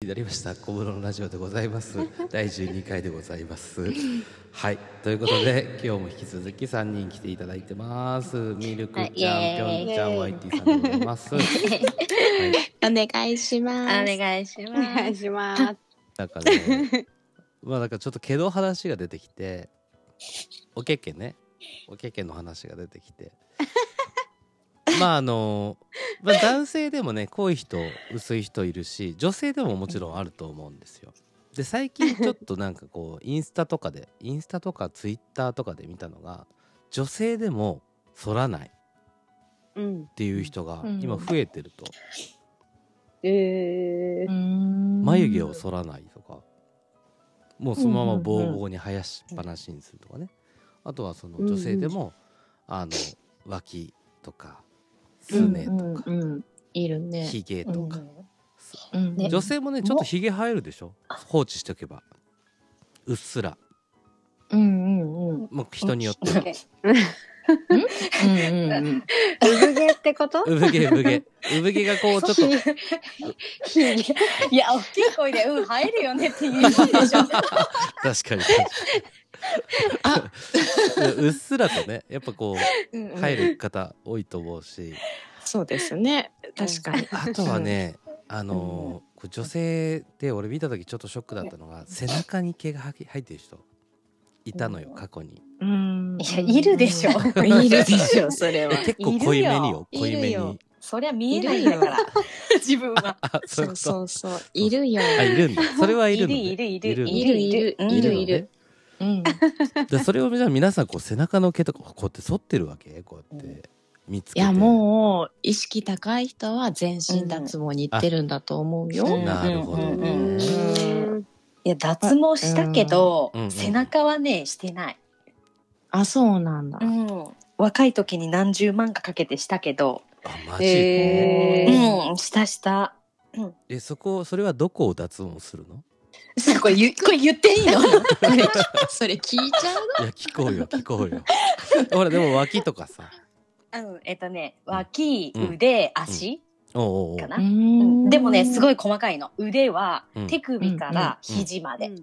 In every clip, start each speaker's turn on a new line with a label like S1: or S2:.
S1: 左下小室のラジオでございます第12回でございますはいということで今日も引き続き3人来ていただいてますミルクちゃん
S2: イエーイ
S1: ぴょんちゃんワイティさんでございますはい
S3: お願いし
S2: お
S3: ます。
S2: 願いし
S4: お
S2: ま
S4: 願い
S2: す。
S4: します。
S1: なんかね まあなんかちょっとけど話が出てきておけっけねおけっけの話が出てきて まああの、まあ、男性でもね濃い人薄い人いるし女性でももちろんあると思うんですよ。で最近ちょっとなんか こうインスタとかでインスタとかツイッターとかで見たのが女性でも反らないっ
S4: うん。
S1: ていう人が
S3: うん
S1: 今増えてると、
S4: えー、
S1: 眉
S3: 眉
S1: 毛を剃らないとかもうそのままボーボーに生やしっぱなしにするとかねあとはその女性でも、あの脇とかすねとか
S3: うんうんうんいるね。
S1: ひげとか、
S3: うん
S2: ね
S1: 女性もねちょっとひげ生えるでしょ放置しておけばうっすら、
S3: うんうんうん。
S1: まあ、人によって
S4: オッケー。
S3: うんうんう
S4: 産
S3: ん。
S4: 毛ってこと
S1: 産毛産毛産毛がこうちょっと
S4: ひげ。
S2: いや、大きい声で、うん、入るよねって言う人でしょ。
S1: 確かに確かに うっすらとねやっぱこう
S3: うんうん
S1: 生える方多いと思うし。
S3: そうですね。確かに。
S1: あとはね、あのーこう女性で俺見た時ちょっとショックだったのが背中に毛がはき入ってる人いたのよ過去に
S3: うん。
S2: いや、いるでしょ。
S3: いるでし ょ、それは
S1: え。結構濃いめによ
S2: い
S1: 濃
S2: る
S1: いめに。
S2: そりゃ見えないんだから、自分は。
S1: あそ
S3: そう
S1: いうこ
S3: う
S1: と
S3: そうそう。いるよ。
S1: あいるんだそれはいるの、ね、
S2: いるいるいる
S1: の
S3: いるいる
S2: うん
S3: いる
S1: のね
S3: いる。うん。
S1: でそれをじゃあ皆さんこう背中の毛とかこうやって剃ってるわけこうやって見つけ
S3: い
S1: て
S3: や、もう、意識高い人は全身脱毛に行ってるんだと思うよ。
S2: う
S1: なるほどね、
S2: うんうんうん
S4: うん。
S2: いや、脱毛したけど
S1: うんうん、
S2: 背中はね、してない。
S3: あ、そうなんだ。
S2: うん。若い時に何十万かかけてしたけど、
S1: あマジ、
S4: え
S2: うん、したした。
S1: えそこそれはどこを脱毛するの
S2: これ言これ言っていい の
S3: それそれ聞いちゃう
S1: い
S3: の
S1: や聞こうよ聞こうよほらでも脇とかさ
S2: あの、えっとね、脇、腕、足
S1: おうおうおう
S2: かな。
S3: うん
S2: でもね、すご
S3: い。
S2: い細かいの。腕は
S1: うん
S2: 手首から肘までっ
S1: っ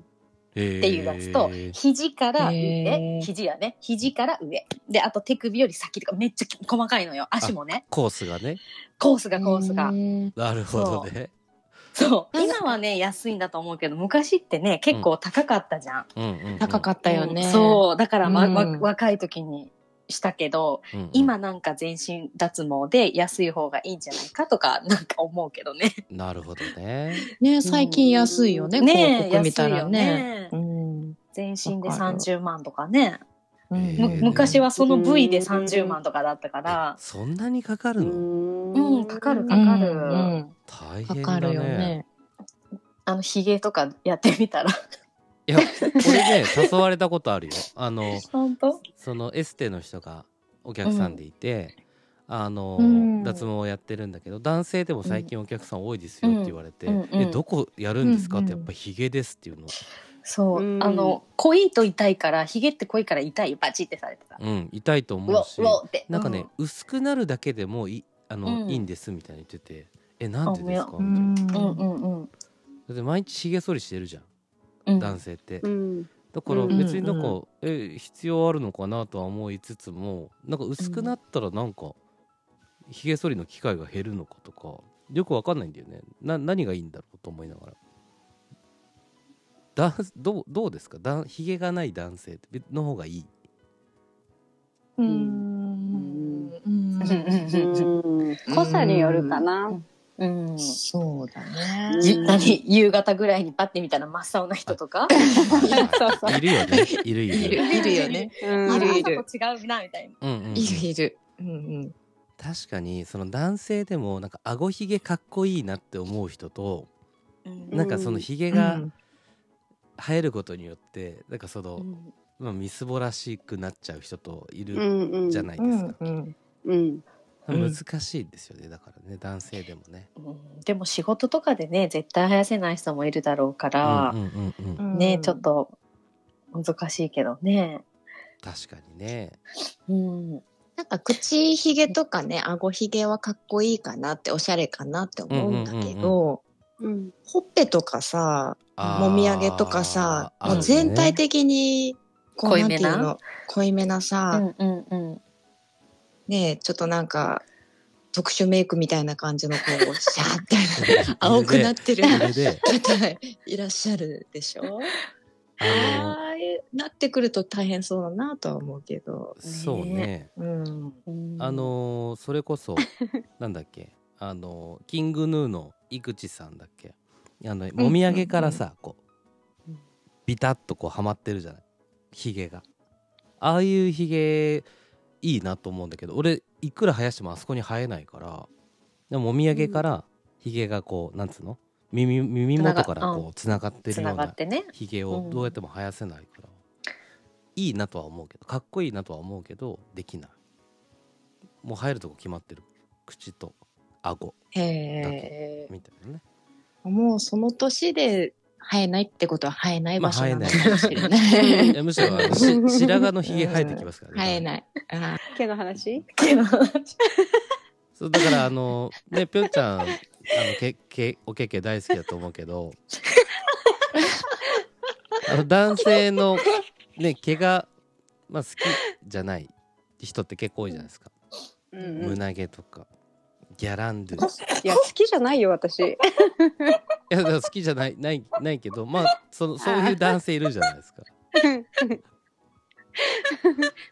S1: て
S2: いうやつと、肘から
S3: へ
S2: 上、
S3: ー
S2: 肘やね、肘から上。で、あと手首より先とかめっちゃ細かいのよ。足もね、
S1: コースがね
S2: コースがコースが。
S3: うん
S1: なるほどね
S2: そう。今はね、安いんだと思うけど、昔ってね、結構高かったじゃん。
S1: うんうんうん
S3: 高かったよね。
S2: そう。だから、ま
S3: うん
S2: わ若い時にしたけど、
S1: うんうん
S2: 今なんか全身脱毛で安い方がいいんじゃないかとか、なんか思うけどね。
S1: なるほどね
S3: ね、最近安いよね、
S2: ねえ
S3: 広告見たらね。
S2: 安いよね
S3: うん
S2: 全身で
S3: わかる
S2: 30万とかね。
S3: う
S1: え
S2: む
S1: ー
S2: 昔はその部位で
S4: うん
S2: 30万とかだったから
S1: え、そんなにかかるの、
S2: う、
S4: うん
S2: かかる
S3: う
S2: か
S3: ん
S2: かる。
S3: うん
S1: 大
S3: か
S1: 変
S3: か
S1: だ
S3: るよ
S1: ね
S3: ね。
S2: あの、ヒゲとかやってみたら。
S1: いや俺ね 誘われたことあるよあの
S2: 本当
S1: そのエステの人がお客さんでいて、あの、
S3: うん
S1: 脱毛をやってるんだけど男性でも最近お客さん多いですよって言われて「
S2: うんうん
S1: えどこやるんですか?」ってや
S3: うん
S1: っぱヒゲですっていうの
S2: そうう。
S4: ん
S2: あの、濃いと痛いから、ヒゲって濃いから痛い。バチってされてた。
S1: うん痛いと
S2: う
S1: 思
S2: お
S1: う、し
S2: うおって。
S1: なんかね、薄くなるだけでもいいあの、
S2: うん
S1: いいんですみたいに言ってて「えなんでですか?」みた
S3: う
S1: いな。
S3: ん
S2: うん。うんうんうん。
S1: だって毎日ひげ剃りしてるじゃん、
S2: うん
S1: 男性って
S4: うん。
S1: だから
S4: うん
S1: 別になんか、え必要あるのかなとは思いつつもなんか薄くなったらなんかひげ剃りの機会が減るのかとかよくわかんないんだよねな何がいいんだろうと思いながらだどうどうですかだひげがない男性っての方がいい
S3: うんう
S4: う
S3: ん
S4: ん。濃さによるかな。
S2: うん。
S3: そうだね。
S2: ゆ
S4: うん
S2: 何夕方ぐらいにパッて見たら真っ青な人とか
S4: そうそう
S1: いるよねいるいる
S3: いるいるよね。
S4: うん
S3: いるいる
S2: あ朝と違うなみたいな
S1: うんうんうん
S3: いるいる。うん
S1: 確かにその男性でもなんか顎ひげかっこいいなって思う人と、
S2: うん
S1: なんかそのひげ
S3: うん。
S1: が生えることによってなんかその、
S2: うん
S1: まあ、みすぼらしくなっちゃう人というる
S4: んうん。
S1: じゃないで
S3: う
S1: す
S3: ん
S1: か、
S3: うん。
S4: うん。
S3: うん
S1: 難しいですよねだからね男性でもね。
S2: うんでも仕事とかでね絶対生やせない人もいるだろうから
S1: うん、うんうんうん
S3: うん
S2: ねちょっ。と難しいけどね
S1: 確かにね
S2: うん
S3: なんか口ひげとかね、顎ひげはかっこいいかなって、おしゃれかなって思うんだけど、
S4: ううん
S3: ほっぺとかさ、
S1: あー
S3: もみあげとかさ、
S1: あ
S3: も
S1: る
S3: う
S1: ね
S3: 全体的に、こう、
S2: 濃い
S3: なんて
S2: め
S3: い
S2: な
S3: うの、濃いめな
S2: う
S3: さ、
S2: んうんうん。
S3: ねえちょっとなんか、特殊メイクみたいな感じの、こ う、シャーって、青くなってる
S1: それで
S3: 方、いらっしゃるでしょ
S1: あ
S3: ああいうなってくると大変そうだなとは思うけ
S1: の
S3: ど。
S1: そうね
S3: うん。
S1: あのーそれこ そなんだっけあのーキングヌーの井口さんだっけあのもみあげからさ、こう
S3: うん
S1: ビタッとこうはまってるじゃないひげがああいうひげいいなと思うんだけど俺いくら生やしてもあそこに生えないからでももみあげからひげがこうなんつうの耳耳元からこうつながってる
S2: つ
S1: よ
S2: な
S1: う
S2: が
S1: な
S2: ってね。
S1: ひげを
S2: うん
S1: どうやっても生やせないから、いいなとは思うけどかっこいいなとは思うけどできないもう入るとこ決まってる口と顎
S3: へ
S1: だ
S3: え。
S1: みたいなね
S3: もうその年で生えないってことは生えない場所なの
S1: まあ
S3: か
S1: 生えない
S3: もしれない。
S1: いやむしろあのし白髪のひげ生えてきますからね
S3: 生え
S1: い
S3: ない。あ
S4: 毛の話
S2: けど
S1: そうだからあのねぴょんちゃんあのけけおけけ大好きだと思うけどあの男性のね毛が、まあ、好きじゃない人って結構多いじゃないですか
S4: うんうん
S1: 胸毛とかギャランドゥ
S4: いや好きじゃないよ私
S1: いやだから好きじゃないないないけどまあそのそういう男性いるじゃないですか。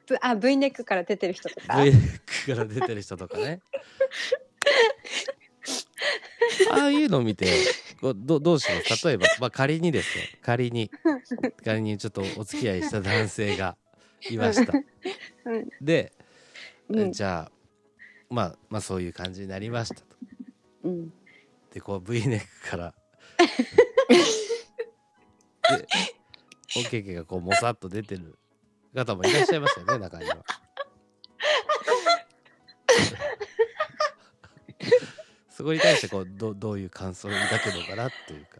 S4: ぶあ V ネックから出てる人とか
S1: V ネックから出てる人とかね。ああいうのを見てこうどどうします例えば、まあ、仮にですよ仮に仮にちょっとお付き合いした男性がいました。
S4: うん
S1: で、
S4: うん
S1: じゃあ、まあ、まあそういう感じになりましたと。
S4: うん
S1: でこう V ネックからでおけけがこうもさっと出てる方もいらっしゃいましたよね中には。そこに対してこうどどういう感想を抱くのかなっていうか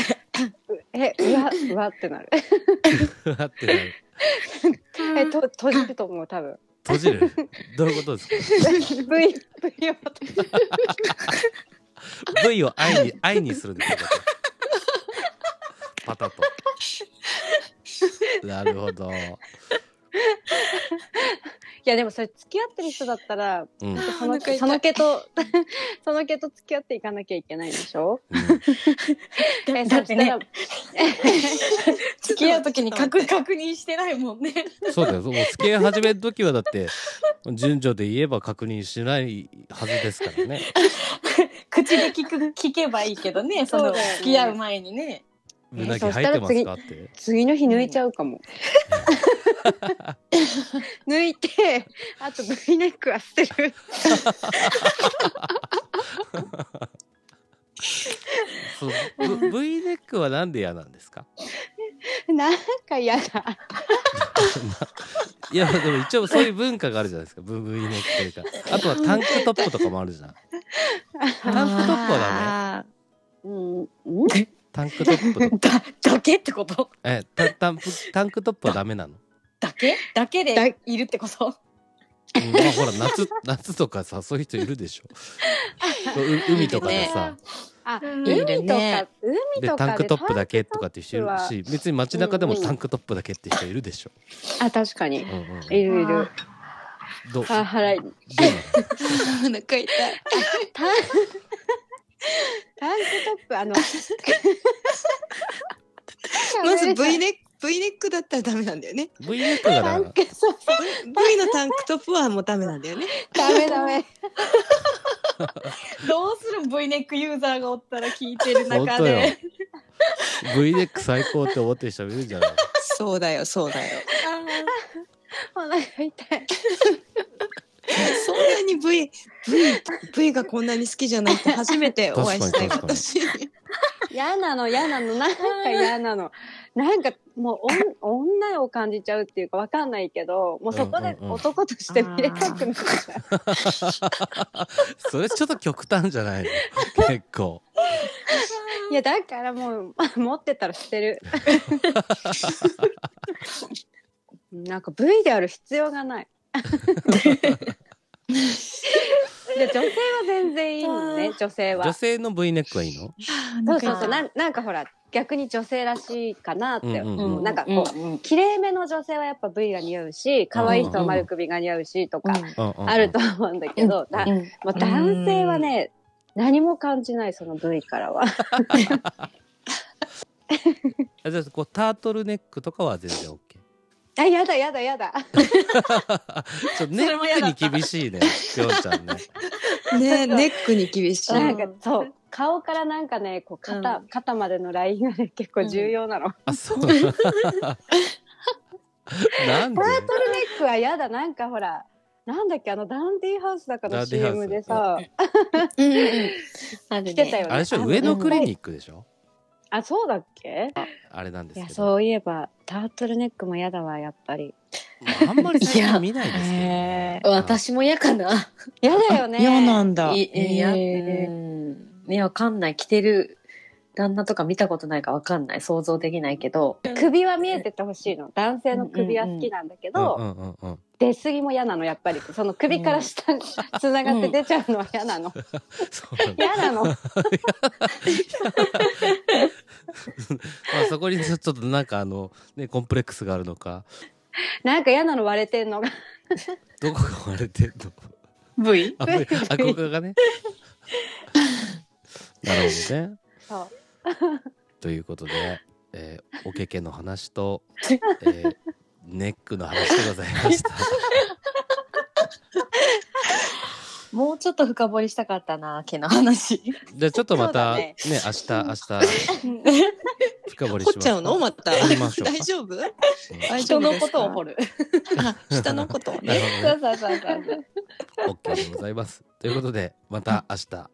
S4: えうわうわってなる
S1: うわってなる
S4: えと閉じると思う多分
S1: 閉じるどういうことですか
S4: V V を
S1: V を愛に愛にするんですかパタッとなるほど、
S4: いやでもそれ付き合ってる人だった ら
S1: うん
S3: ー
S4: そ
S3: お
S4: の
S3: 腹痛い
S4: その毛と その毛と付き合っていかなきゃいけないんでし ょ
S1: うん
S4: え
S2: だ
S4: そ
S2: っ
S4: してた
S2: ね
S4: ら
S3: 付
S2: 付き合うときに確確認してないもんね。
S1: そうだよ。もう付き合い始める時はだって、順序で言えば確認しないはずですから ね。
S2: 口で聞く聞けばいいけどね。そ
S4: そ
S2: の
S4: うだよね
S2: 付き合う前にね。
S1: うなぎ入ってますかって。
S4: 次の日抜いちゃうか も抜いてあと V ネックは捨てる
S1: そう、v, v ネックはなんで嫌なんですか
S4: なんか嫌だ
S1: いや、でも一応そういう文化があるじゃないですか。V, v ネックというか。あとはタンクトップとかもあるじゃん。タンクトップはダメ
S3: だね。
S4: うんうん
S1: タンクトップと
S2: だだけってこと？
S1: え、タタンプタンクトップはダメなの、
S2: だけ？だけでいるってこと？
S1: うんまあほら、夏、夏とかさ、そういう人いるでし ょ。う海とかでさ。
S4: あ
S2: うん
S4: 海
S3: いる
S4: とか
S3: ね
S4: 海
S1: で
S4: と
S1: タン
S4: か
S1: ク
S4: で
S1: トップだけとかって人いる
S4: タンクトップ
S1: し別に街中でもタンクトップだけって人いるでしょ、
S4: あ確かに
S1: うんうんうん、
S4: いるいる
S1: どう
S4: あ払い
S1: どうなの
S3: お腹痛い。
S4: タンタンクトップあ の
S3: まず V
S4: ネ
S3: ネック、V ネックだったらダメなんだ よね。
S1: V ネックが
S4: タ
S1: な
S4: ンクそう
S3: V のタンクトップはもうダメなんだよね。
S4: ダメダメ
S2: どうする V ネックユーザーがおったら聞いてる
S1: 本
S2: 中
S1: 当よ
S2: で。
S1: V ネック最高って思ってる人もいるんじゃない
S3: そうだよ、そうだよ。
S4: お腹痛い
S3: そんなに V、V、V がこんなに好きじゃないって初めてお会いしたい
S1: 確かに
S3: 私。
S4: 嫌なの嫌な のなんか嫌なのなんかもうおん 女を感じちゃうっていうかわかんないけどもうそこで
S1: うんうんうん
S4: 男として見れたくなっちゃう
S1: それちょっと極端じゃないの結構
S4: いやだからもうまあ持ってたら捨て る なんか V である必要がないで女性は全然いいの
S3: あ
S4: ね女性は
S1: 女性の V ネックはいいの
S4: そうそうそうな
S3: なんか
S4: んなんかほら逆に女性らしいかなって、
S1: うんうんうん
S4: なんかこう、
S2: うん
S4: 綺麗めの女性はやっぱ V が似合うし可愛い人は丸首が似合うしとか
S1: うんうんうん
S4: あると思うんだけど、だ
S2: うん
S4: まあ、男性はね何も感じないその V からは
S1: あじゃあこうタートルネックとかは全然 OK
S4: あやだやだやだ
S1: ちょっとネ
S2: それも嫌だ
S1: ッ
S2: っ
S1: ク
S2: た
S1: に厳しいねぴょんちゃんね
S3: ね、ネックに厳しい。
S4: なんかそう顔からなんかねこう肩,、
S3: うん
S4: 肩までのラインがね結構重要なの、
S1: あそうなのなんで
S4: タートルネックはやだなんかほらなんだっけあのダンディハウスだか
S1: ダ
S4: の
S1: ンディハウス
S4: CM でさ
S3: うんうんうんあるね
S4: 来てたよね
S1: あれでし
S4: あ
S1: ょ
S4: の
S1: 上野クリニックでしょ
S4: あそうだっけ
S1: あれなんで
S4: い
S1: す
S4: や
S1: けど
S4: そういえばタートルネックもやだわやっぱり
S1: あんまり最
S2: いや
S1: 近見ないですけどね
S2: うん私も嫌かな。
S4: やだよね
S3: 嫌なんだ。
S2: いいや、う
S3: へー
S2: ん。ね、わかんない。着てる旦那とか見たことないかわかんない。想像できないけど。
S4: 首は見えててほしいの男性の首は好きなんだけど、
S1: うんうんうんうん
S4: 出過ぎも嫌なのやっぱりその首から下につながって出ちゃうのは嫌なの、
S1: そうなんだ
S4: 嫌なの
S1: まあそこにちょっとなんかあのねコンプレックスがあるのか
S4: なんか嫌なの割れてんのが
S1: どこが割れてん の
S2: V?
S1: あここがねなるほどね
S4: そう
S1: ということで、えーおけけの話 と、えーネックの話でございま した。
S2: もうちょっと深掘りしたかったな、毛の話。
S1: じゃあちょっとまた
S4: そうだ
S1: ね
S4: ね
S1: 明日明日 深掘りしま
S3: 掘
S1: す
S3: っちゃうのまた。
S1: 掘りましょうか
S3: 大丈夫
S1: うん
S3: 大
S2: 人
S3: 丈夫
S2: の
S3: ですか
S2: ことを掘る。
S3: あ、下のことを
S1: な
S3: ね
S1: る。ほどね
S2: そうそうそうそう。
S1: OK でございます。ということでまた明日